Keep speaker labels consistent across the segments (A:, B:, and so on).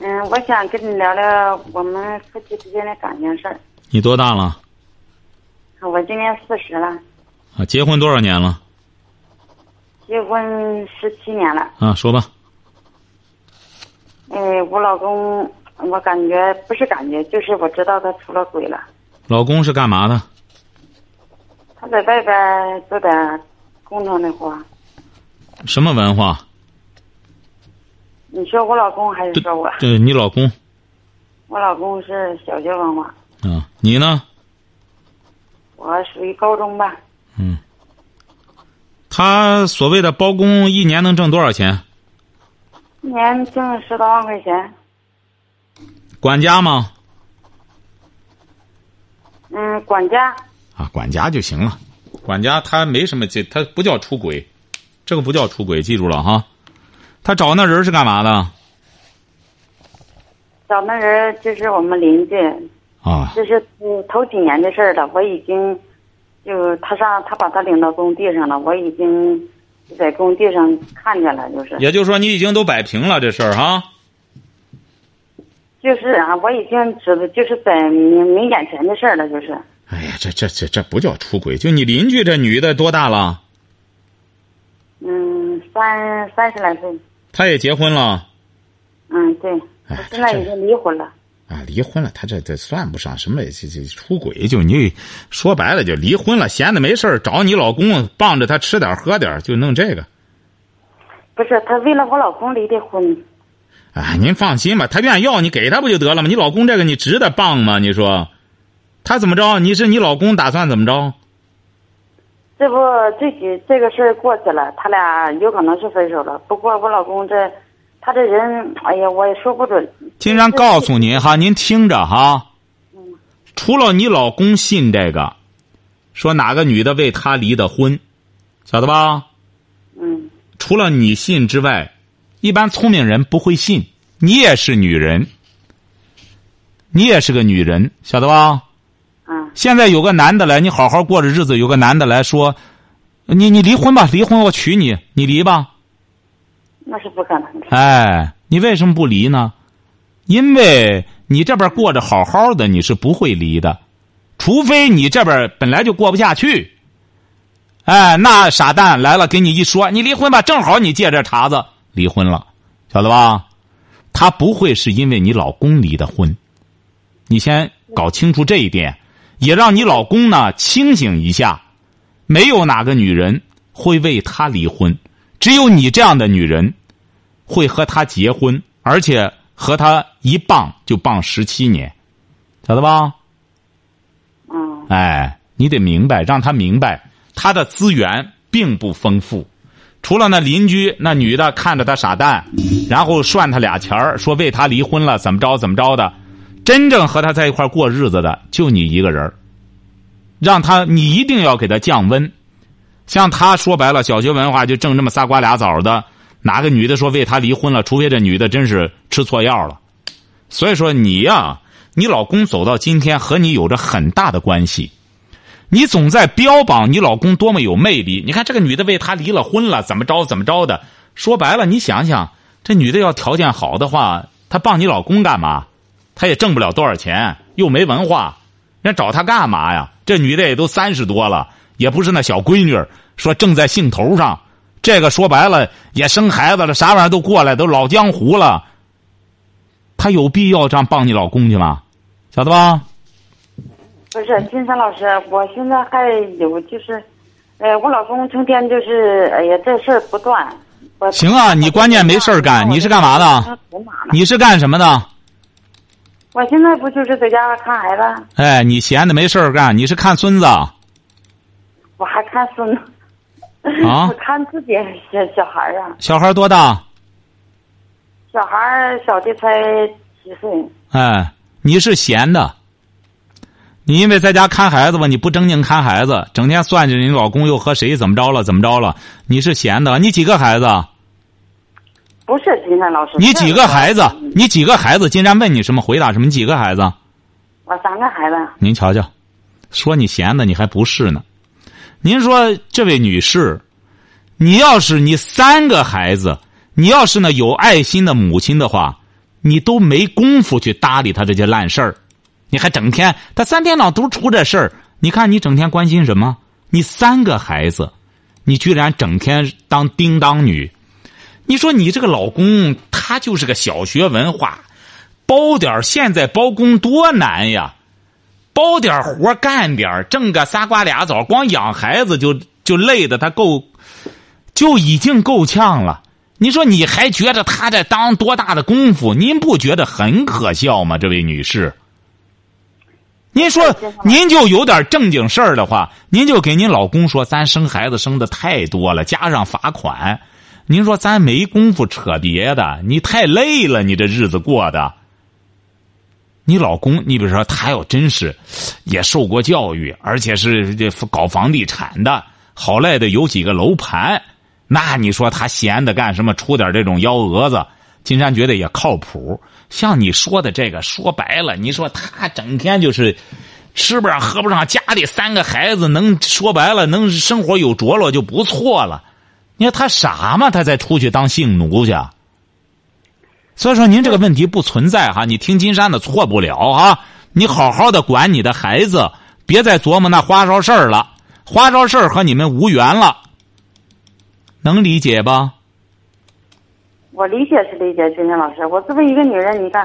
A: 嗯，我想跟你聊聊我们夫妻之间的感情事儿。
B: 你多大了？
A: 我今年四十了，
B: 啊，结婚多少年了？
A: 结婚十七年了。
B: 啊，说吧。
A: 哎，我老公，我感觉不是感觉，就是我知道他出了轨了。
B: 老公是干嘛的？
A: 他在外边儿做点工程的活儿。
B: 什么文化？
A: 你说我老公还是说我？
B: 这你老公
A: 我老公是小学文化，
B: 啊？你呢？
A: 我属于高中吧。
B: 嗯。他所谓的包工一年能挣多少钱？
A: 一年挣十多万块钱。
B: 管家吗？
A: 嗯，管家
B: 啊，管家就行了。管家他没什么这，他不叫出轨，这个不叫出轨，记住了哈。他找那人是干嘛的？
A: 找那人就是我们邻居，
B: 啊
A: 这是嗯头几年的事儿了，我已经就他上他把他领到工地上了，我已经在工地上看见了，就是
B: 也就是说你已经都摆平了这事儿哈。
A: 就是啊，我已经知道就是在明明眼前的事儿了，就是
B: 哎呀，这这这这不叫出轨，就你邻居这女的多大了？
A: 嗯三三十来岁，
B: 她也结婚了。
A: 嗯对，我
B: 哎
A: 现在已经离婚了，
B: 啊，离婚了，他这这算不上什么，这这出轨就你说白了就离婚了，闲的没事儿找你老公傍着他吃点儿喝点儿，就弄这个。
A: 不是他为了我老公离的婚，
B: 哎，您放心吧，他愿意要你给他不就得了吗？你老公这个你值得傍吗？你说，他怎么着？你是你老公打算怎么着？
A: 这不这几这个事儿过去了，他俩有可能是分手了，不过我老公这他这人，哎呀我也说不准，
B: 金山告诉您哈，您听着哈，除了你老公信这个，说哪个女的为他离的婚，晓得吧？
A: 嗯
B: 除了你信之外，一般聪明人不会信。你也是女人，你也是个女人，晓得吧？
A: 嗯
B: 现在有个男的来，你好好过着日子；有个男的来说，你你离婚吧，离婚我娶你，你离吧。
A: 那是不可能的。
B: 哎，你为什么不离呢？因为你这边过着好好的，你是不会离的，除非你这边本来就过不下去。哎，那傻蛋来了，给你一说，你离婚吧，正好你借这茬子离婚了，晓得吧？他不会是因为你老公离的婚，你先搞清楚这一点，也让你老公呢清醒一下。没有哪个女人会为他离婚，只有你这样的女人会和他结婚，而且和他一傍就傍十七年，晓得吧？
A: 嗯
B: 哎，你得明白，让他明白，他的资源并不丰富，除了那邻居那女的看着他傻蛋，然后涮他俩钱儿，说为他离婚了，怎么着怎么着的，真正和他在一块儿过日子的就你一个人儿让他你一定要给他降温。像他说白了，小学文化就挣这么仨瓜俩枣的，哪个女的说为他离婚了，除非这女的真是吃错药了。所以说你呀、你老公走到今天和你有着很大的关系。你总在标榜你老公多么有魅力，你看这个女的为他离了婚了，怎么着怎么着的。说白了，你想想，这女的要条件好的话，她傍你老公干嘛？她也挣不了多少钱，又没文化，人家找她干嘛呀？这女的也都三十多了，也不是那小闺女儿，说正在兴头上。这个说白了也生孩子了，啥玩意儿都过来，都老江湖了。她有必要这样傍你老公去吗？晓得吧？
A: 不是金山老师，我现在还有就是，呃，我老公成天就是，哎呀，这事儿不断。我
B: 行啊你关键没事儿干你是干嘛的？
A: 我
B: 你是干什么的？
A: 我现在不就是在家看孩子，
B: 哎，你闲的没事儿干，你是看孙子啊？
A: 我还看孙子，
B: 啊
A: 我看自己小小孩儿啊，
B: 小孩多大？
A: 小孩儿小的才七岁，
B: 哎，你是闲的，你因为在家看孩子吧，你不正经看孩子，整天算计你老公又和谁怎么着了，怎么着了，你是闲的。你几个孩子啊？
A: 不是金山老师。
B: 你几个孩子
A: 这个？
B: 你几个孩子？金山问你什么？回答什么？你几个孩子？
A: 我三个孩子，
B: 您瞧瞧，说你闲的，你还不是呢。您说这位女士，你要是你三个孩子，你要是呢有爱心的母亲的话，你都没工夫去搭理他这些烂事儿，你还整天他三天两头出这事儿，你看你整天关心什么？你三个孩子，你居然整天当叮当女，你说你这个老公他就是个小学文化，包点儿现在包工多难呀。包点活干点挣个仨瓜俩枣，光养孩子就就累的他够，就已经够呛了。你说你还觉得他在当多大的功夫？您不觉得很可笑吗？这位女士，您说
A: 先生
B: 您就有点正经事儿的话，您就给您老公说，咱生孩子生的太多了，加上罚款，您说咱没工夫扯别的，你太累了，你这日子过的。你老公，你比如说，他要真是也受过教育，而且是这搞房地产的，好赖的有几个楼盘，那你说他闲的干什么？出点这种幺蛾子，金山觉得也靠谱。像你说的这个，说白了，你说他整天就是吃不上喝不上，家里三个孩子能说白了能生活有着落就不错了。你说他傻吗？他再出去当性奴去？啊所以说您这个问题不存在哈，你听金山的错不了哈，你好好的管你的孩子，别再琢磨那花哨事儿了，花哨事儿和你们无缘了，能理解吧？
A: 我理解是理解，金山老师，我作为一个女人，你看，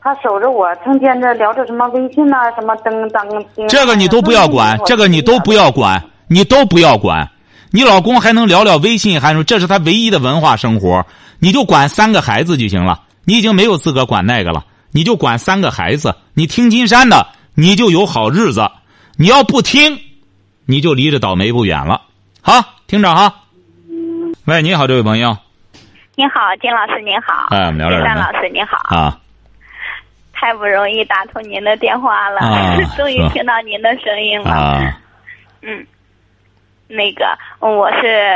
A: 她守着我，成天这聊着什么微信呐、什么登当钉啊
B: 这个你都不要管，
C: 嗯
B: 这个你都不要管，你都不要管。你老公还能聊聊微信，还说这是他唯一的文化生活，你就管三个孩子就行了。你已经没有资格管那个了，你就管三个孩子。你听金山的，你就有好日子；你要不听，你就离着倒霉不远了。好，听着哈。喂，你好，这位朋友
D: 您好，金老师您好，
B: 哎我们聊点
D: 金
B: 什
D: 丹
B: 么
D: 老师您好，
B: 啊，
D: 太不容易打通您的电话了，
B: 啊
D: 终于
B: 是吧
D: 听到您的声音了。
B: 啊
D: 嗯，那个我是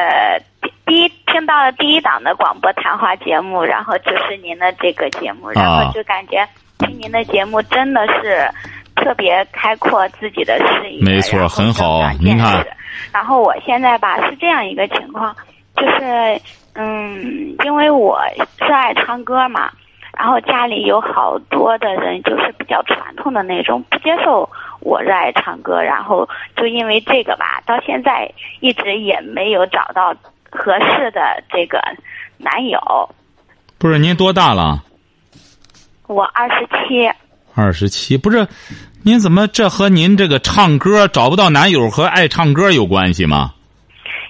D: 第第一听到了第一档的广播谈话节目，然后就是您的这个节目，然
B: 啊
D: 后就感觉听您的节目真的是。特别开阔自己的视野，
B: 没错
D: 哎然后
B: 很好
D: 增长
B: 您
D: 见
B: 看
D: 识。然后我现在吧是这样一个情况，就是嗯，因为我热爱唱歌嘛，然后家里有好多的人就是比较传统的那种，不接受我热爱唱歌，然后就因为这个吧，到现在一直也没有找到合适的这个男友。
B: 不是您多大了？
D: 我二十七，
B: 二十七，不是？您怎么这和您这个唱歌找不到男友和爱唱歌有关系吗？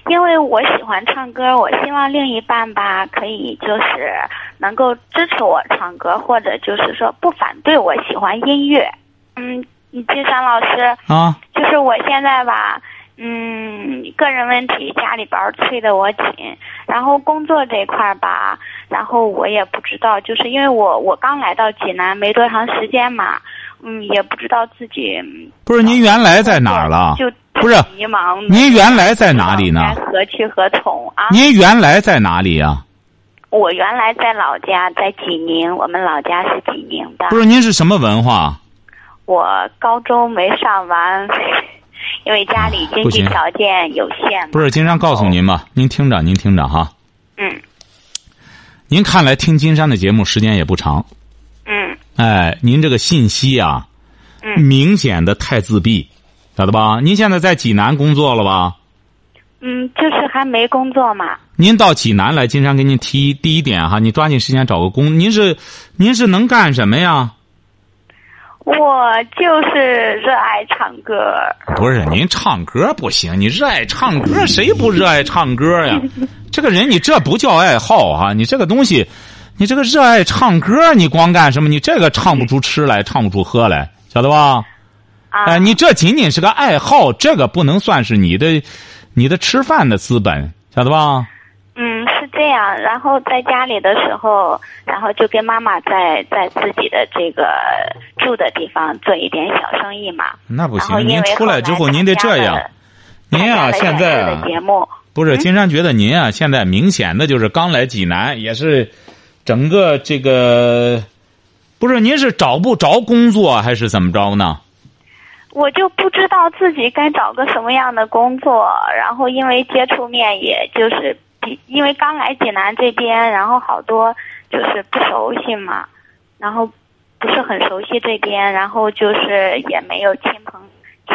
D: 因为我喜欢唱歌，我希望另一半吧可以就是能够支持我唱歌，或者就是说不反对我喜欢音乐。嗯，金山老师，
B: 啊，
D: 就是我现在吧，嗯，个人问题家里边儿催得我紧，然后工作这块儿吧，然后我也不知道，就是因为我我刚来到济南没多长时间嘛，嗯，也不知道自己嗯
B: 不是您原来在哪儿了？
D: 就
B: 不是
D: 挺迷茫的。
B: 您原来在哪里呢
D: 不知道该何去何从啊？
B: 您原来在哪里啊呀、
D: 我原来在老家，在济宁，我们老家是济宁的。
B: 不是您是什么文化？
D: 我高中没上完， 因为家里经
B: 不
D: 济
B: 行
D: 条件有限嘛。
B: 不是金山告诉您吧，您听着，您听着哈。
D: 嗯
B: 您看来听金山的节目时间也不长，
D: 嗯。
B: 哎，您这个信息啊，
D: 嗯
B: 明显的太自闭，晓得吧？您现在在济南工作了吧？
D: 嗯，就是还没工作嘛。
B: 您到济南来，金山给您提第一点哈，你抓紧时间找个工。您是您是能干什么呀？
D: 我就是热爱唱歌，
B: 不是您唱歌不行，你热爱唱歌，谁不热爱唱歌 呀？这个人，你这不叫爱好啊！你这个东西，你这个热爱唱歌，你光干什么？你这个唱不出吃来，唱不出喝来，晓得吧？
D: 啊，
B: 哎，你这仅仅是个爱好，这个不能算是你的你的吃饭的资本，晓得吧？
D: 嗯，是这样，然后在家里的时候，然后就跟妈妈在在自己的这个住的地方做一点小生意嘛。
B: 那嗯不
D: 然后
B: 行，
D: 因
B: 您
D: 为
B: 出来之后您得这样，
D: 参
B: 您
D: 加
B: 啊
D: 了
B: 现
D: 电
B: 在
D: 视
B: 啊
D: 的节目，
B: 不是金山觉得您啊现在明显的就是刚来济南，也是整个这个，不是您是找不着工作还是怎么着呢？
D: 我就不知道自己该找个什么样的工作，然后因为接触面也就是比因为刚来济南这边，然后好多就是不熟悉嘛，然后不是很熟悉这边，然后就是也没有亲朋，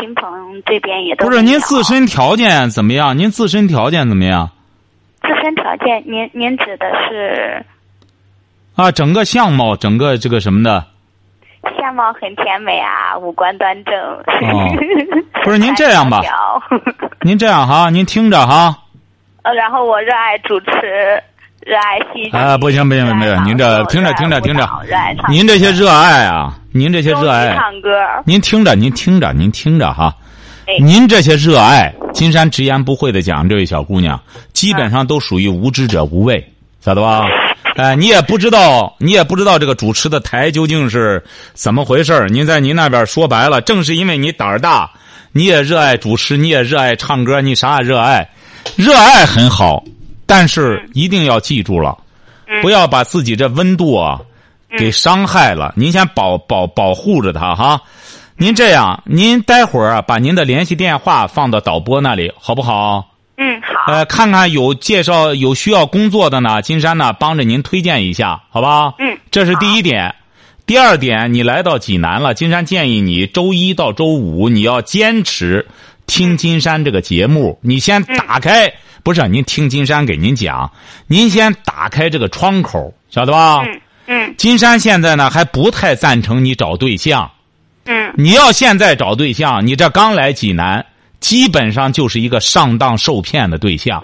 D: 亲朋这边也都
B: 不是您
D: 没有
B: 自身条件怎么样？您自身条件怎么样？
D: 自身条件，您您指的是
B: 啊，整个相貌，整个这个什么的，
D: 相貌很甜美啊，五官端正。
B: 哦不是您这样吧
D: 白条条
B: 您这样哈，您听着哈，
D: 呃，然后我热爱主持，热爱戏剧。
B: 啊不行不行不行
D: 热爱
B: 您这
D: 朗诵
B: 听着
D: 热爱
B: 听着
D: 舞
B: 听着
D: 蹈热爱唱
B: 您这些热爱啊，您这些
D: 中
B: 热
D: 意
B: 爱，啊
D: 唱歌，
B: 您听着，您听着，您听着哈
D: 哎，
B: 您这些热爱，金山直言不讳的讲，这位小姑娘，基本上都属于无知者无畏，晓得吧？哎，你也不知道，你也不知道这个主持的台究竟是怎么回事儿您在您那边说白了，正是因为你胆儿大，你也热爱主持，你也热爱唱歌，你啥也热爱，热爱很好，但是一定要记住了，不要把自己这温度啊给伤害了。您先保保保护着它哈。您这样，您待会儿啊，把您的联系电话放到导播那里，好不好？
D: 嗯，好，
B: 呃，看看有介绍有需要工作的呢，金山呢帮着您推荐一下，好吧？
D: 嗯
B: 这是第一点。第二点，你来到济南了，金山建议你周一到周五你要坚持听金山这个节目。你先打开，不是您听金山给您讲，您先打开这个窗口，晓得吧？
D: 嗯嗯
B: 金山现在呢还不太赞成你找对象，
D: 嗯，
B: 你要现在找对象，你这刚来济南，基本上就是一个上当受骗的对象，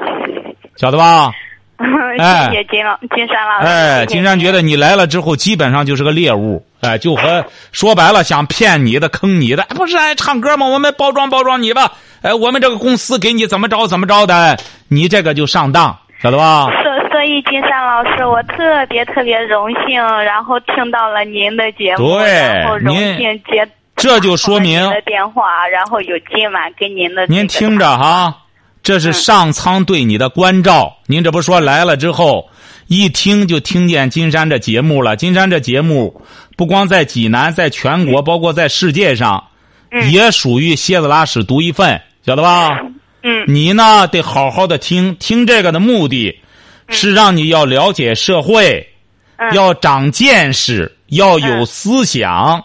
B: 晓得吧？哎
D: 谢谢金老金山老师，
B: 哎，
D: 谢谢
B: 金山觉得你来了之后，基本上就是个猎物，哎，就和说白了想骗你的、坑你的，哎不是哎，唱歌吗？我们包装包装你吧，哎，我们这个公司给你怎么着怎么着的，哎你这个就上当，晓得吧？
D: 所所以，金山老师，我特别特别荣幸，然后听到了您的节目，
B: 对
D: 然后荣
B: 您
D: 幸接，
B: 这就说明
D: 您的电话，然后有今晚跟您 的、
B: 您听，着哈，这是上苍对你的关照。您这不说来了之后，一听就听见金山这节目了。金山这节目不光在济南，在全国，包括在世界上，
D: 嗯
B: 也属于蝎子拉屎独一份，晓得吧？
D: 嗯
B: 你呢得好好的听，听这个的目的是让你要了解社会，
D: 嗯
B: 要长见识，要有
D: 嗯
B: 思想。
D: 嗯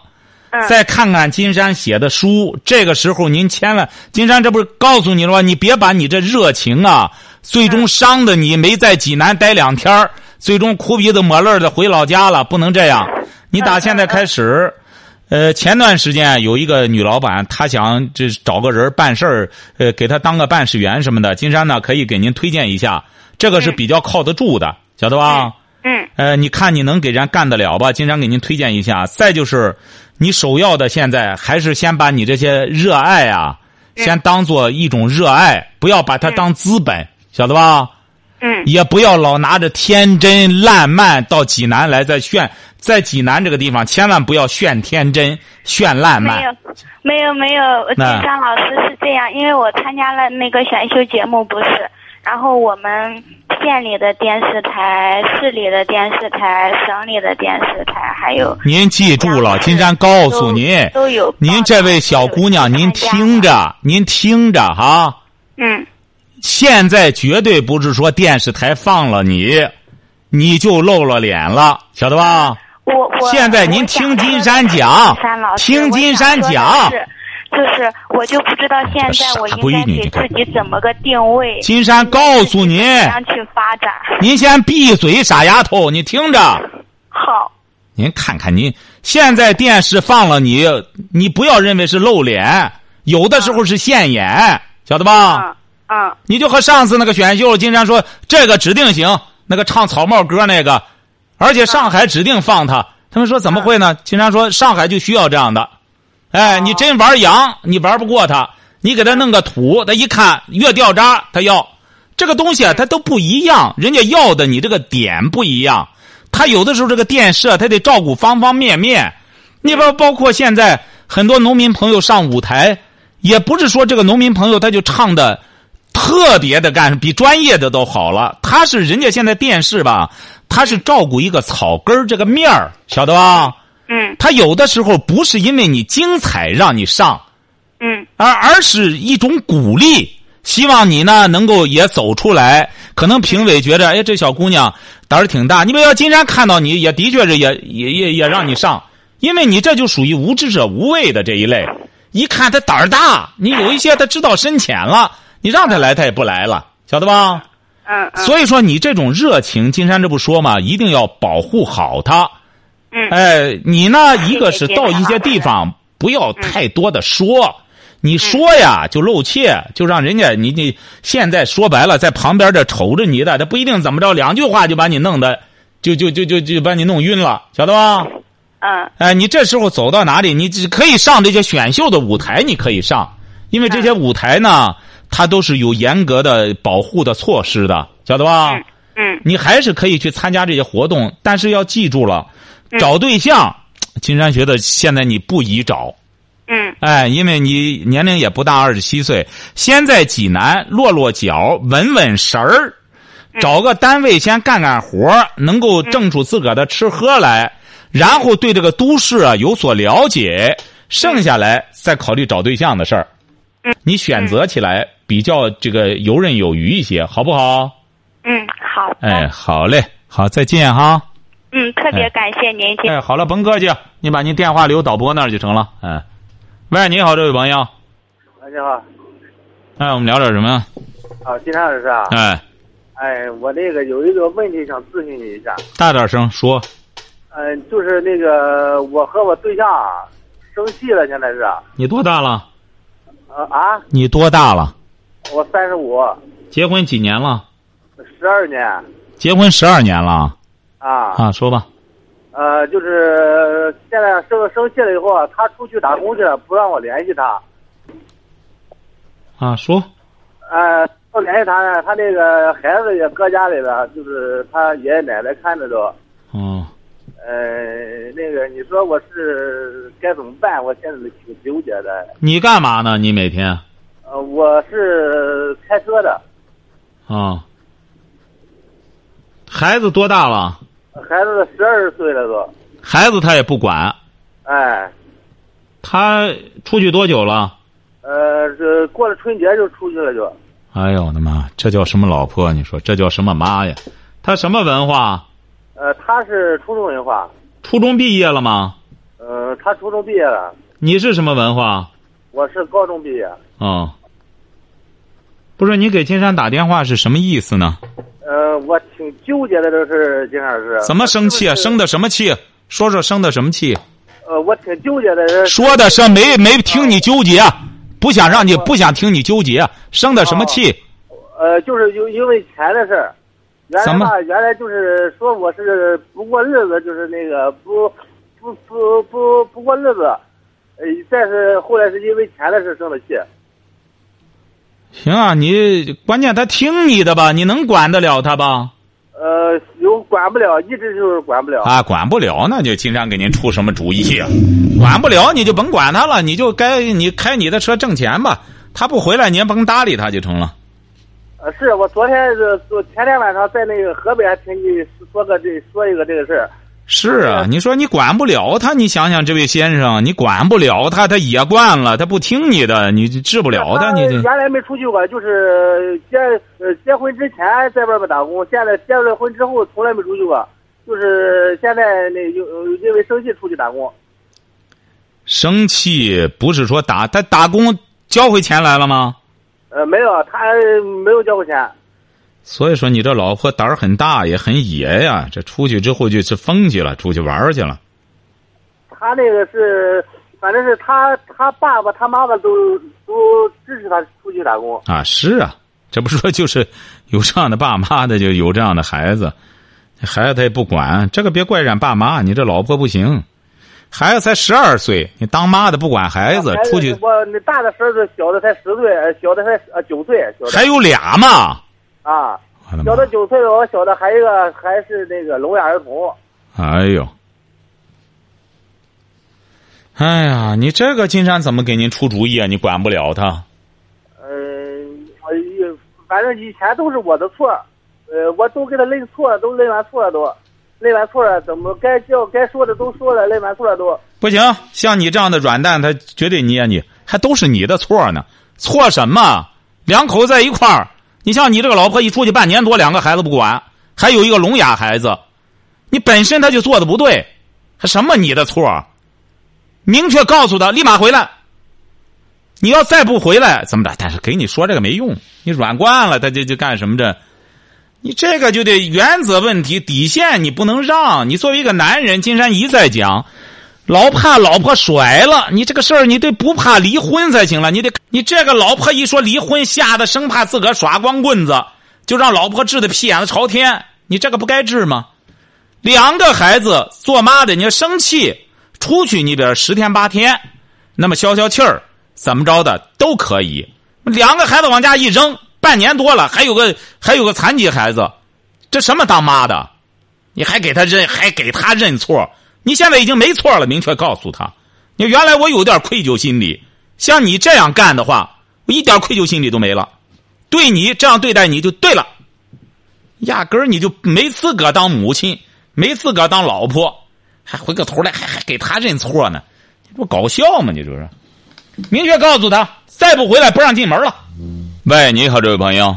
B: 再看看金山写的书，这个时候您千万，金山这不是告诉你了吗？你别把你这热情啊，最终伤的你没在济南待两天儿最终哭鼻子抹泪儿的回老家了，不能这样。你打现在开始，呃，前段时间有一个女老板，她想这找个人办事儿，呃，给她当个办事员什么的。金山呢，可以给您推荐一下，这个是比较靠得住的，晓得吧？
D: 嗯
B: 呃，你看你能给人家干得了吧？经常给您推荐一下。再就是，你首要的现在还是先把你这些热爱啊，先当做一种热爱，不要把它当资本，晓得吧？
D: 嗯
B: 也不要老拿着天真烂漫到济南来，在炫，在济南这个地方，千万不要炫天真、炫烂漫
D: 没。有，没有，没有。金
B: 那
D: 山老师是这样，因为我参加了那个选秀节目，不是，然后我们县里的电视台、市里的电视台、省里的电视台，还有
B: 您记住了，金山告诉您，
D: 都都有报道。
B: 您这位小姑娘，您听
D: 着，
B: 着，您听着哈。
D: 嗯
B: 现在绝对不是说电视台放了你，你就露了脸了，晓得吧？
D: 我我
B: 现在您
D: 我
B: 听
D: 想说
B: 金
D: 的
B: 山
D: 是
B: 讲
D: 金山老师
B: 听
D: 我
B: 金
D: 想
B: 山
D: 说的
B: 讲
D: 是就是我就不知道现在我
B: 傻闺
D: 应该
B: 女
D: 给
B: 你看
D: 自己怎么个定位，
B: 金山告诉您，
D: 怎么样去发展。
B: 您先闭嘴，傻丫头，你听着，
D: 好，
B: 您看看您现在电视放了你，你不要认为是露脸，有的时候是现眼，晓得吧？
D: 嗯嗯
B: 你就和上次那个选秀，金山说这个指定行，那个唱草帽歌那个，而且上海指定放他。他们说怎么会呢？金山说上海就需要这样的。哎，你真玩羊，你玩不过他，你给他弄个土，他一看越掉渣，他要。这个东西啊，它都不一样，人家要的你这个点不一样。他有的时候这个电视啊，他得照顾方方面面。你包包括现在很多农民朋友上舞台，也不是说这个农民朋友他就唱的特别的干，比专业的都好了。他是人家现在电视吧，他是照顾一个草根儿这个面儿，晓得吧？
D: 嗯
B: 他有的时候不是因为你精彩让你上，
D: 嗯
B: 而而是一种鼓励，希望你呢能够也走出来。可能评委觉着，哎，这小姑娘胆儿挺大。你比如要金山看到你，也的确是也也也也让你上，因为你这就属于无知者无畏的这一类。一看他胆儿大，你有一些他知道深浅了，你让他来他也不来了，晓得吧？
D: 嗯嗯
B: 所以说你这种热情，金山这不说嘛，一定要保护好它。
D: 嗯
B: 哎，你呢，一个是
D: 谢谢
B: 到一些地方不要太多的说，你说呀就露怯，就让人家你你现在说白了，在旁边这瞅着你的，他不一定怎么着，两句话就把你弄的，就就就就就把你弄晕了，晓得吧？
D: 嗯
B: 哎，你这时候走到哪里，你只可以上这些选秀的舞台，你可以上，因为这
D: 嗯
B: 些舞台呢，它都是有严格的保护的措施的，晓得吧？
D: 嗯嗯
B: 你还是可以去参加这些活动，但是要记住了，找对象，金山觉得现在你不宜找，
D: 嗯
B: 哎，因为你年龄也不大，二十七岁，先在济南落落脚，稳稳神儿，找个单位先干干活儿，能够挣出自个儿的吃喝来，然后对这个都市啊有所了解，剩下来再考虑找对象的事儿。你选择起来比较这个游刃有余一些，好不好？
D: 嗯，好的。
B: 哎，好嘞，好，再见哈。
D: 嗯，特别感谢您今
B: 哎，好了，甭客气，你把您电话留导播那儿就成了。嗯，喂，你好，这位朋友，
E: 哎，你好，
B: 哎，我们聊点什么呀？
E: 啊，金山老师啊，
B: 哎，
E: 哎，我那个有一个问题想咨询你一下，
B: 大点声说。
E: 嗯、就是那个我和我对象啊生气了，现在是，啊
B: 你多大了？
E: 啊，
B: 你多大了？
E: 我三十五，
B: 结婚几年了？
E: 十二年，
B: 结婚十二年了
E: 啊，
B: 啊！说吧。
E: 呃，就是现在生生气了以后啊，他出去打工去了，不让我联系他，
B: 啊，说。
E: 呃，不联系他呢，他那个孩子也搁家里了，就是他爷爷奶奶看着都，
B: 嗯，
E: 呃，那个你说我是该怎么办？我现在挺纠结的。
B: 你干嘛呢？你每天
E: 呃，我是开车的，
B: 啊？孩子多大了？
E: 孩子十二岁了都，
B: 孩子他也不管，
E: 哎，
B: 他出去多久了？
E: 呃，这过了春节就出去了就，
B: 哎呦我的妈！这叫什么老婆？你说这叫什么妈呀？他什么文化？
E: 呃，他是初中文化，
B: 初中毕业了吗？
E: 呃，他初中毕业了，
B: 你是什么文化？
E: 我是高中毕业，
B: 哦，不是你给金山打电话是什么意思呢？
E: 呃，我挺纠结的这事，金老师。
B: 怎么生气啊？生
E: 的？
B: 的什么气？说说生的什么气？
E: 呃，我挺纠结的这。
B: 说的是没没听你纠结，啊不想让你不想听你纠结，啊生的什么气？
E: 呃，就是因因为钱的事儿，原来
B: 怎么
E: 吧，原来就是说我是不过日子，就是那个不不不不不过日子，呃，再是后来是因为钱的事生的气。
B: 行啊，你关键他听你的吧，你能管得了他吧？
E: 呃，有管不了，一直就是管不了。
B: 啊，管不了，那就金山给您出什么主意啊？管不了你就甭管他了，你就该你开你的车挣钱吧。他不回来，你也甭搭理他就成了。
E: 呃，是我昨天是昨前天晚上在那个河北还听你说个这说一个这个事儿。
B: 是啊，你说你管不了他，你想想这位先生，你管不了他，他也惯了，他不听你的，你就治不了他，
E: 他
B: 你这
E: 原来没出去过，就是结呃结婚之前在外边打工，现在结了婚之后从来没出去过，就是现在那有因为生气出去打工。
B: 生气不是说打他打工交回钱来了吗？
E: 呃，没有，他没有交过钱。
B: 所以说你这老婆胆儿很大，也很野呀、这出去之后就是疯去了，出去玩儿去了。
E: 他那个是，反正是他他爸爸他妈妈都都支持他出去打工。
B: 啊，是啊，这不是说就是有这样的爸妈的，就有这样的孩子，孩子他也不管，这个别怪染爸妈，你这老婆不行，孩子才十二岁，你当妈的不管孩子，出去
E: 我那大的十二岁，小的才十岁，呃小的才呃九岁，小的
B: 还有俩嘛，
E: 啊
B: 我的，妈
E: 小的九岁，我小的还有一个还是那个聋哑儿童。
B: 哎呦，哎呀，你这个金山怎么给您出主意啊？你管不了他。
E: 嗯，我也反正以前都是我的错，呃，我都给他认错，都认完错了都，认完错了，怎么该叫该说的都说了，认完错了都，
B: 不行，像你这样的软蛋，他绝对捏你，还都是你的错呢。错什么？两口子在一块儿，你像你这个老婆一出去半年多，两个孩子不管，还有一个聋哑孩子，你本身他就做的不对，还什么你的错？明确告诉他，立马回来。你要再不回来，怎么着？但是给你说这个没用，你软惯了，他就就干什么这？你这个就得原则问题，底线你不能让。你作为一个男人，金山一再讲，老怕老婆甩了你这个事儿，你得不怕离婚才行了。你得你这个老婆一说离婚，吓得生怕自个儿耍光棍子，就让老婆治的屁眼子朝天。你这个不该治吗？两个孩子做妈的，你要生气出去，你比如十天八天，那么消消气儿，怎么着的都可以。两个孩子往家一扔，半年多了，还有个还有个残疾孩子，这什么当妈的？你还给他认，还给他认错？你现在已经没错了，明确告诉他，你原来我有点愧疚心理，像你这样干的话，我一点愧疚心理都没了。对你这样对待你就对了，压根儿你就没资格当母亲，没资格当老婆，还回过头来还还给他认错呢，你不搞笑吗？你这是，明确告诉他，再不回来不让进门了。喂，你好，这位朋友，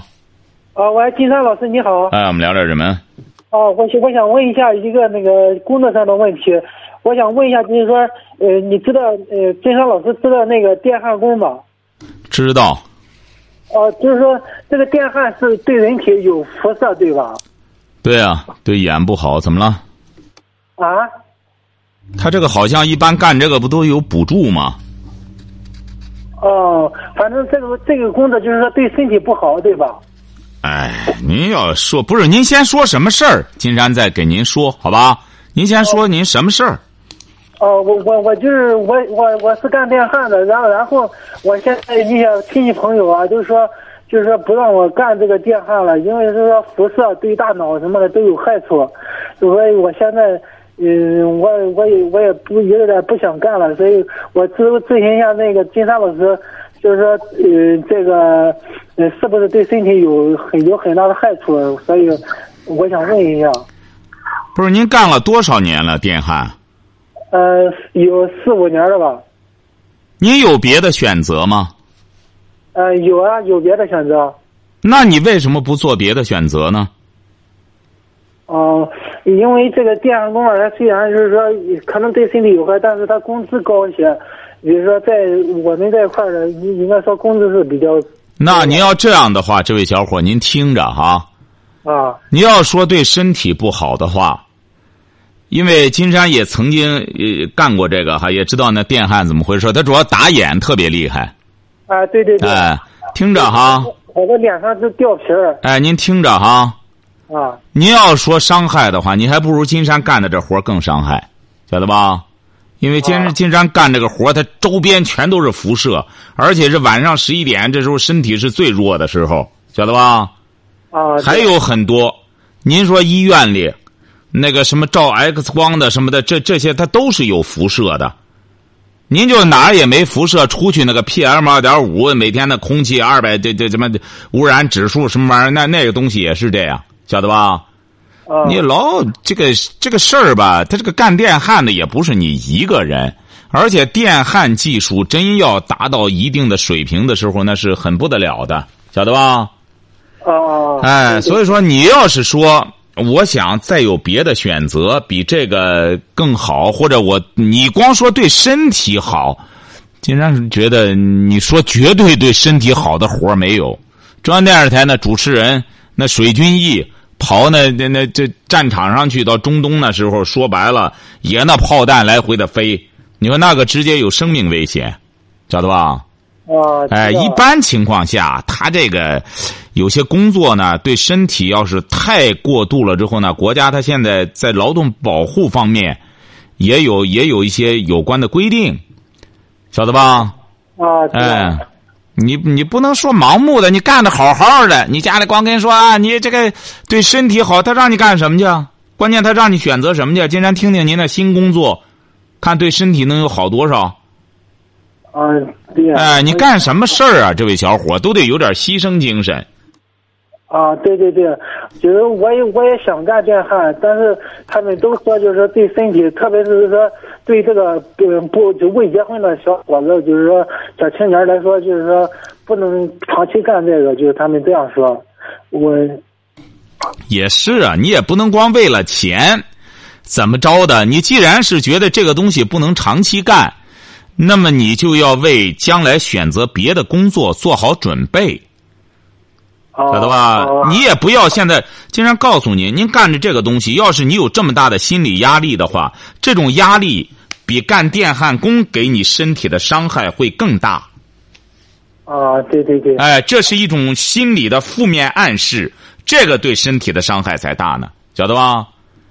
F: 啊，喂，金山老师你好。
B: 哎，我们聊点什么？
F: 哦，我想我想问一下一个那个工作上的问题，我想问一下，就是说，呃，你知道呃，金山老师知道那个电焊工吗？
B: 知道，
F: 哦、就是说这个电焊是对人体有辐射，对吧？
B: 对啊，对眼不好，怎么了？
F: 啊？
B: 他这个好像一般干这个不都有补助吗？
F: 哦，反正这个这个工作就是说对身体不好，对吧？
B: 哎，您要说不是您先说什么事儿，金山再给您说，好吧？您先说您什么事儿？
F: 哦，我我我就是我我我是干电焊的，然后然后我现在一些亲戚朋友啊，就是说就是说不让我干这个电焊了，因为就是说辐射对大脑什么的都有害处，所以我现在嗯，我我也我也不有点不想干了，所以我咨咨询一下那个金山老师，就是说嗯这个呃是不是对身体有很有很大的害处，所以我想问一下，
B: 不是您干了多少年了电焊？
F: 呃有四五年了吧，
B: 您有别的选择吗？
F: 呃有啊有别的选择。
B: 那你为什么不做别的选择呢？
F: 哦，因为这个电焊工嘛，它虽然就是说可能对身体有害，但是它工资高一些。比如说，在我们这一块儿的，应应该说工资是比较
B: 那您要这样的话，这位小伙，您听着哈、
F: 啊
B: 你要说对身体不好的话，因为金山也曾经呃干过这个哈，也知道那电焊怎么回事。他主要打眼特别厉害，
F: 啊，对对对，
B: 哎，听着哈，
F: 我的脸上是掉皮儿
B: 哎，您听着哈，
F: 啊
B: 您要说伤害的话，你还不如金山干的这活儿更伤害，晓得吧？因为金金山干这个活儿，它周边全都是辐射，而且是晚上十一点，这时候身体是最弱的时候，晓得吧？
F: 啊，
B: 还有很多，您说医院里那个什么照 X 光的什么的，这这些它都是有辐射的。您就哪儿也没辐射，出去那个 PM 二点五，每天的空气二百，这这什么污染指数什么玩意儿，那那个东西也是这样，晓得吧？
F: 啊
B: 你老这个这个事儿吧，他这个干电焊的也不是你一个人，而且电焊技术真要达到一定的水平的时候，那是很不得了的，晓得吧？
F: 啊啊，
B: 哎，所以说你要是说我想再有别的选择比这个嗯更好，或者我嗯你光说对身体好，竟然是觉得你说绝对对身体好的活儿没有。中央电视台那主持人那水军毅跑那那那这战场上去，到中东那时候说白了也那炮弹来回的飞，你说那个直接有生命危险，晓得吧？
F: 啊，
B: 哎，
F: 知道了
B: 一般情况下，他这个有些工作呢，对身体要是太过度了之后呢，国家他现在在劳动保护方面也有也有一些有关的规定，晓得吧？
F: 啊，知道了
B: 哎，你你不能说盲目的，你干的好好的，你家里光跟人说啊，你这个对身体好，他让你干什么去啊？关键他让你选择什么去？今天听听您的新工作，看对身体能有好多少？
F: 啊，对呀。
B: 哎，你干什么事儿啊？这位小伙都得有点牺牲精神。
F: 啊，对对对，就是我也我也想干电焊，但是他们都说就是说对身体，特别是说对这个呃不就未结婚的小伙子，就是说小青年来说，就是说不能长期干这个，就是他们这样说。我
B: 也是啊，你也不能光为了钱，怎么着的？你既然是觉得这个东西不能长期干，那么你就要为将来选择别的工作做好准备。
F: 啊
B: 晓得
F: 哦
B: 吧？你也不要现在经常告诉您，您干着这个东西，要是你有这么大的心理压力的话，这种压力比干电焊工给你身体的伤害会更大。
F: 啊，对对对，
B: 哎，这是一种心理的负面暗示，这个对身体的伤害才大呢，晓得吧？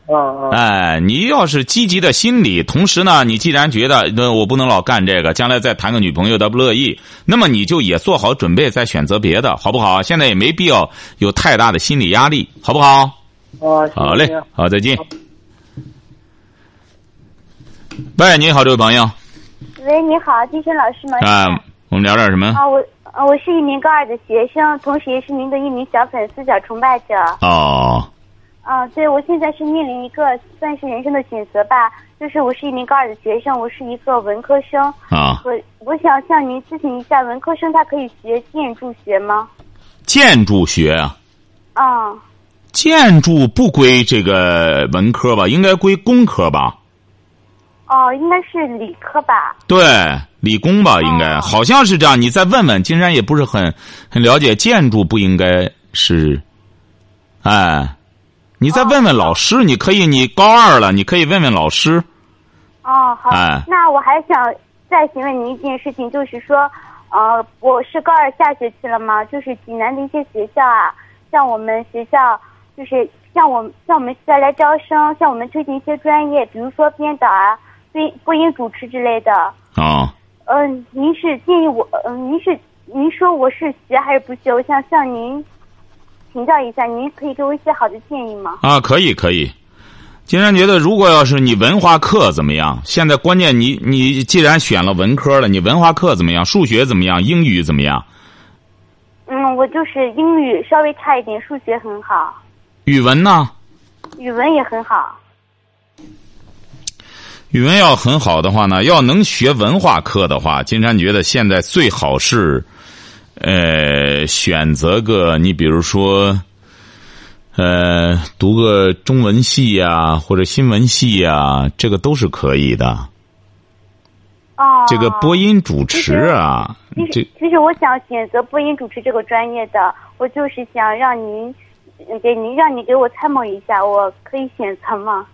F: 啊啊，
B: 哎，你要是积极的心理，同时呢，你既然觉得那我不能老干这个，将来再谈个女朋友她不乐意，那么你就也做好准备，再选择别的，好不好？现在也没必要有太大的心理压力，好不好？
F: 啊，
B: 好嘞
F: 行，
B: 好，再见。喂，你好，这位朋友，
C: 喂，你好，金晨老师吗？
B: 哎，我们聊点什么？
C: 啊，我啊，我是一名高二的学生，同时也是您的一名小粉丝、小崇拜者。
B: 哦，
C: 啊，对，我现在是面临一个算是人生的选择吧，就是我是一名高二的学生，我是一个文科生。
B: 啊，
C: 我我想向您咨询一下，文科生他可以学建筑学吗？
B: 建筑学啊，
C: 啊、嗯，
B: 建筑不归这个文科吧，应该归工科吧？
C: 哦，应该是理科吧？
B: 对，理工吧，应该、
C: 哦
B: 好像是这样。你再问问，金山也不是很很了解建筑，不应该是，哎，你再问问老师，你可以，你高二了，你可以问问老师。
C: 哦，好，
B: 哎
C: 那我还想再询问您一件事情，就是说，呃，我是高二下学期了嘛，就是济南的一些学校啊，像我们学校，就是像我像我们学校来招生，像我们推荐一些专业，比如说编导啊、播音播音主持之类的。
B: 啊，
C: 嗯、您是建议我，嗯、您是您说我是学还是不学？我想向您请教一下，您可以给我一些好的建议吗？
B: 啊，可以可以。金山觉得，如果要是你文化课怎么样？现在关键你你既然选了文科了，你文化课怎么样？数学怎么样？英语怎么样？
C: 嗯，我就是英语稍微差一点，数学很好，
B: 语文呢？
C: 语文也很好。
B: 语文要很好的话呢，要能学文化课的话，金山觉得现在最好是，呃，选择个你比如说，呃，读个中文系呀、或者新闻系呀、这个都是可以的。
C: 哦，
B: 这个播音主持啊，
C: 其
B: 这
C: 实其实我想选择播音主持这个专业的，我就是想让您嗯给您让你给我参谋一下，我可以选择吗？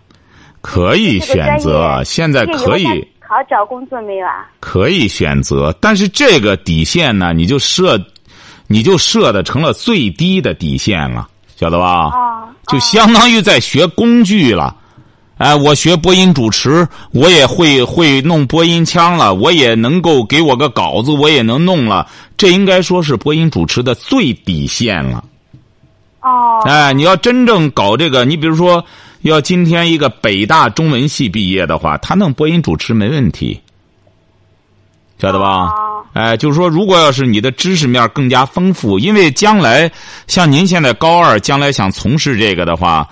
B: 可以
C: 这个专
B: 选
C: 业
B: 择，啊现在
C: 这
B: 可
C: 以后
B: 以
C: 再好找工作没有啊？
B: 可以选择，但是这个底线呢，你就设，你就设的成了最低的底线了，晓得吧？
C: 哦，
B: 就相当于在学工具了。哎，我学播音主持，我也会会弄播音腔了，我也能够给我个稿子，我也能弄了。这应该说是播音主持的最底线了。
C: 哦，
B: 哎，你要真正搞这个，你比如说，要今天一个北大中文系毕业的话，他弄播音主持没问题，晓得吧？
C: 哦
B: 哎，就是说，如果要是你的知识面更加丰富，因为将来像您现在高二，将来想从事这个的话，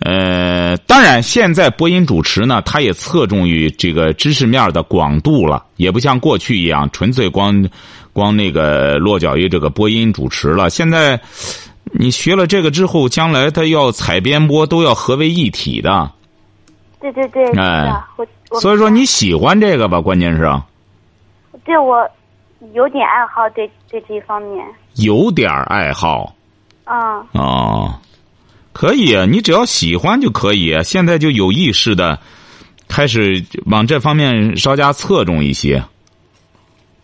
B: 呃，当然现在播音主持呢，它也侧重于这个知识面的广度了，也不像过去一样纯粹光光那个落脚于这个播音主持了。现在你学了这个之后，将来它要采编播都要合为一体的，
C: 对对对，是
B: 哎
C: 的，我我
B: 所以说你喜欢这个吧，关键是。
C: 对我有点爱好，对对这一方面，
B: 有点儿爱好
C: 嗯
B: 哦，可以啊，你只要喜欢就可以啊。现在就有意识的开始往这方面稍加侧重一些。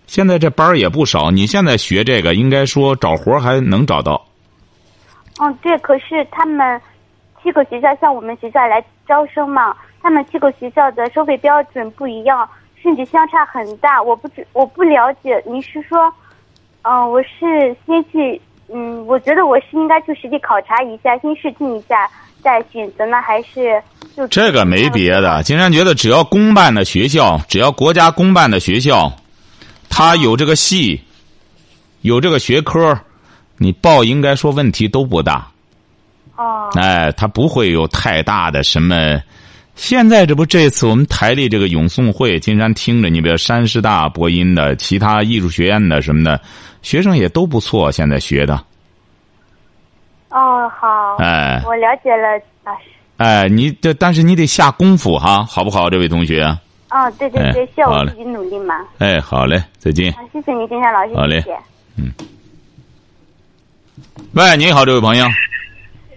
B: 现在这班儿也不少，你现在学这个，应该说找活儿还能找到。
C: 嗯，对，可是他们七个学校向我们学校来招生嘛，他们七个学校的收费标准不一样，甚至相差很大。我不知我不了解，您是说嗯、我是先去，嗯，我觉得我是应该去实地考察一下，先试听一下，再选择呢，还是就嗯
B: 这个没别的，金山觉得只要公办的学校，只要国家公办的学校，它有这个系，有这个学科，你报应该说问题都不大。
C: 哦，
B: 哎，它不会有太大的什么。现在这不这次我们台里这个咏颂会，金山听着，你比如山师大播音的，其他艺术学院的什么的，学生也都不错，现在学的。
C: 哦，好，
B: 哎
C: 我了解了，啊老师。
B: 哎，你这但是你得下功夫哈，好不好，这位同学？
C: 哦，对对对
B: 哎，
C: 需要
B: 好
C: 我
B: 嘞
C: 自己努力嘛。
B: 哎，好嘞，再见。
C: 啊，谢谢您，金山老师，
B: 好嘞
C: 谢谢。
B: 喂，你好，这位朋友，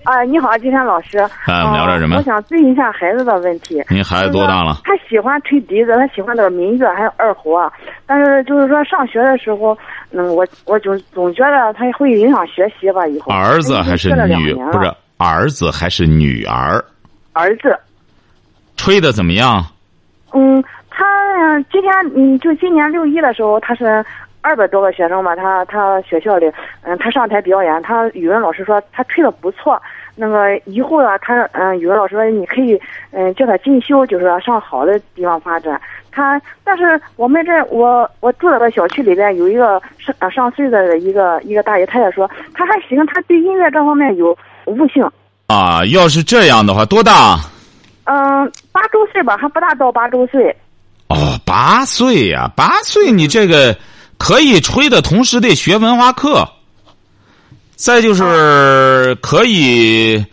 G: 啊，你好，金山老师。
B: 哎我们聊点什么
G: 啊我想咨询一下孩子的问题。
B: 您孩子多大了？
G: 他喜欢吹笛子，他喜欢点民乐，还有二胡啊。但是就是说上学的时候，嗯，我我就总觉得他会影响学习吧。以后
B: 儿子还是
G: 已经学了两
B: 女？
G: 年了
B: 不是儿子还是女儿？
G: 儿子。
B: 吹的怎么样？
G: 嗯，他今天嗯，就今年六一的时候，他是二百多个学生吧，他他学校里，嗯，他上台表演，他语文老师说他吹的不错，那个以后啊，他嗯，语文老师说你可以嗯叫他进修，就是说上好的地方发展。他，但是我们这我我住的这小区里边有一个上呃上岁的一个一个大爷，他也说他还行，他对音乐这方面有悟性。
B: 啊，要是这样的话，多大？
G: 嗯，八周岁吧，还不大到八周岁。
B: 哦，八岁呀、八岁你这个可以吹的同时得学文化课，再就是可以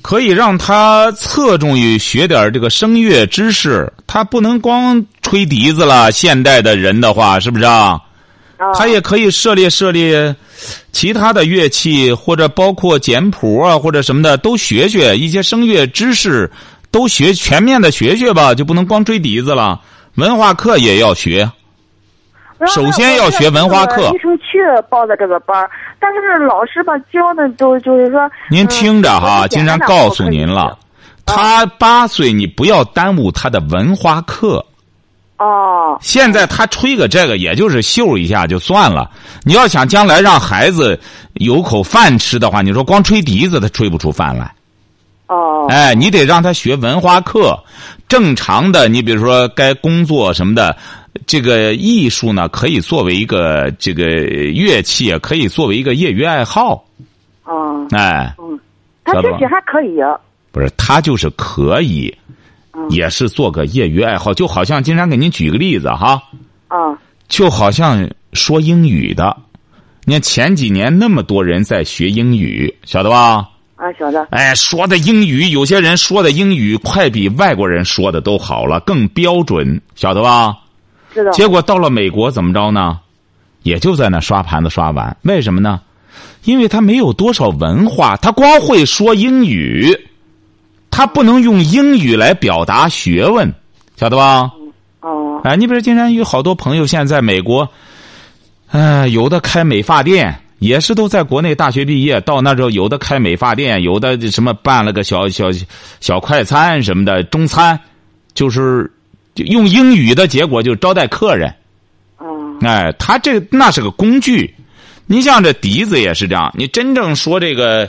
B: 可以让他侧重于学点这个声乐知识，他不能光吹笛子了。现代的人的话，是不是啊？
G: 啊、
B: 他也可以涉猎涉猎其他的乐器，或者包括简谱啊，或者什么的都学学一些声乐知识，都学全面的学学吧，就不能光吹笛子了。文化课也要学，首先要学文化课
G: 我这个一城区报的这个班儿但是老师吧教的都就是说，
B: 您听着哈，
G: 嗯
B: 金山告诉您了，。他八岁，你不要耽误他的文化课。
G: 哦，
B: 现在他吹个这个，也就是秀一下就算了。你要想将来让孩子有口饭吃的话，你说光吹笛子，他吹不出饭来。
G: 哦，
B: 哎，你得让他学文化课，正常的，你比如说该工作什么的，这个艺术呢，可以作为一个这个乐器，也可以作为一个业余爱好。
G: 哦，
B: 哎，
G: 他
B: 知道
G: 自
B: 吧
G: 己还可以，啊
B: 不是，他就是可以，
G: 嗯
B: 也是做个业余爱好，就好像经常给您举个例子哈，
G: 啊，
B: 就好像说英语的，你看前几年那么多人在学英语，晓得吧？
G: 啊，晓得，
B: 哎，说的英语，有些人说的英语快比外国人说的都好了，更标准，晓得吧？
G: 知道，
B: 结果到了美国怎么着呢？也就在那刷盘子刷碗，为什么呢？因为他没有多少文化，他光会说英语，他不能用英语来表达学问，晓得吧？
G: 哦，
B: 哎，你比如金山有好多朋友现在在美国，呃，有的开美发店，也是都在国内大学毕业，到那之后有的开美发店，有的什么办了个小小小快餐什么的中餐，就是就用英语的结果就招待客人。
G: 嗯，
B: 哎，他这那是个工具。你像这笛子也是这样，你真正说这个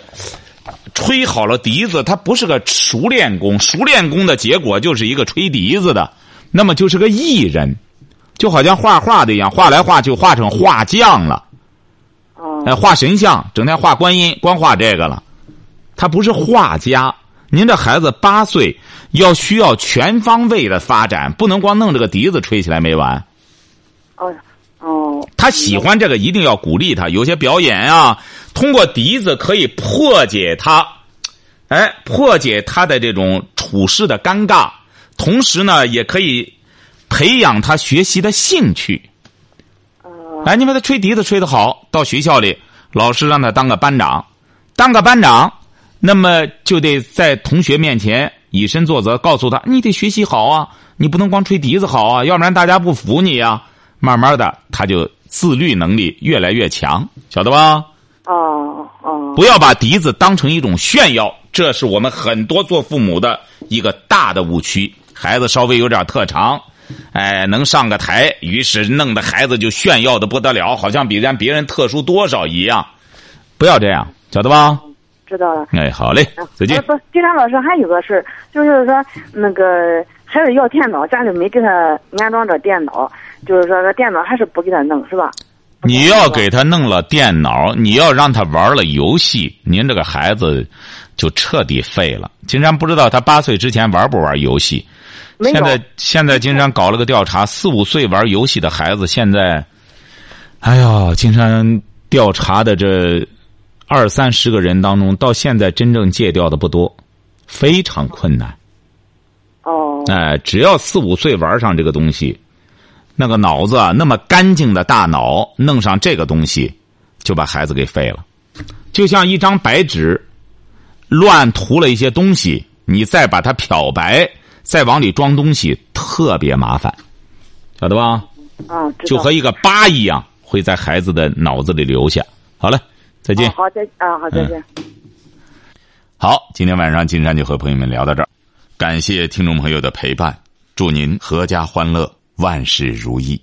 B: 吹好了笛子，它不是个熟练工，熟练工的结果就是一个吹笛子的，那么就是个艺人，就好像画画的一样，画来画去画成画匠了，
G: 哦，
B: 哎，画神像，整天画观音，光画这个了，他不是画家。您这孩子八岁，要需要全方位的发展，不能光弄这个笛子吹起来没完。
G: 哦，哦，
B: 他喜欢这个，一定要鼓励他。有些表演啊，通过笛子可以破解他，哎，破解他的这种处事的尴尬，同时呢，也可以培养他学习的兴趣。哎，你把他吹笛子吹得好，到学校里，老师让他当个班长，当个班长，那么就得在同学面前以身作则，告诉他你得学习好啊，你不能光吹笛子好啊，要不然大家不服你呀、慢慢的，他就自律能力越来越强，晓得吧？
G: 哦，哦，
B: 不要把笛子当成一种炫耀，这是我们很多做父母的一个大的误区。孩子稍微有点特长，哎，能上个台，于是弄得孩子就炫耀的不得了，好像比人别人特殊多少一样。不要这样，晓得吧？
G: 知道了。啊呃
B: 哎，好嘞，再见。
G: 不，金山老师还有个事儿，就是说那个孩子要电脑，家里没给他安装着电脑，就是说这电脑还是不给他弄，是吧？
B: 你要给他弄了电脑，你要让他玩了游戏，您这个孩子就彻底废了。金山不知道他八岁之前玩不玩游戏，
G: 没
B: 现
G: 有
B: 在现在金山搞了个调查，四五岁玩游戏的孩子现在，哎呦，金山调查的这二三十个人当中，到现在真正戒掉的不多，非常困难。
G: 哦，
B: 哎，只要四五岁玩上这个东西，那个脑子啊，那么干净的大脑弄上这个东西，就把孩子给废了。就像一张白纸，乱涂了一些东西，你再把它漂白，再往里装东西，特别麻烦，晓得吧？
G: 嗯，知
B: 就
G: 道。
B: 和一个疤一样，会在孩子的脑子里留下。好了，再见
G: 哦。好，再啊，好，再见。
B: 好，今天晚上金山就和朋友们聊到这儿，感谢听众朋友的陪伴，祝您阖家欢乐，万事如意。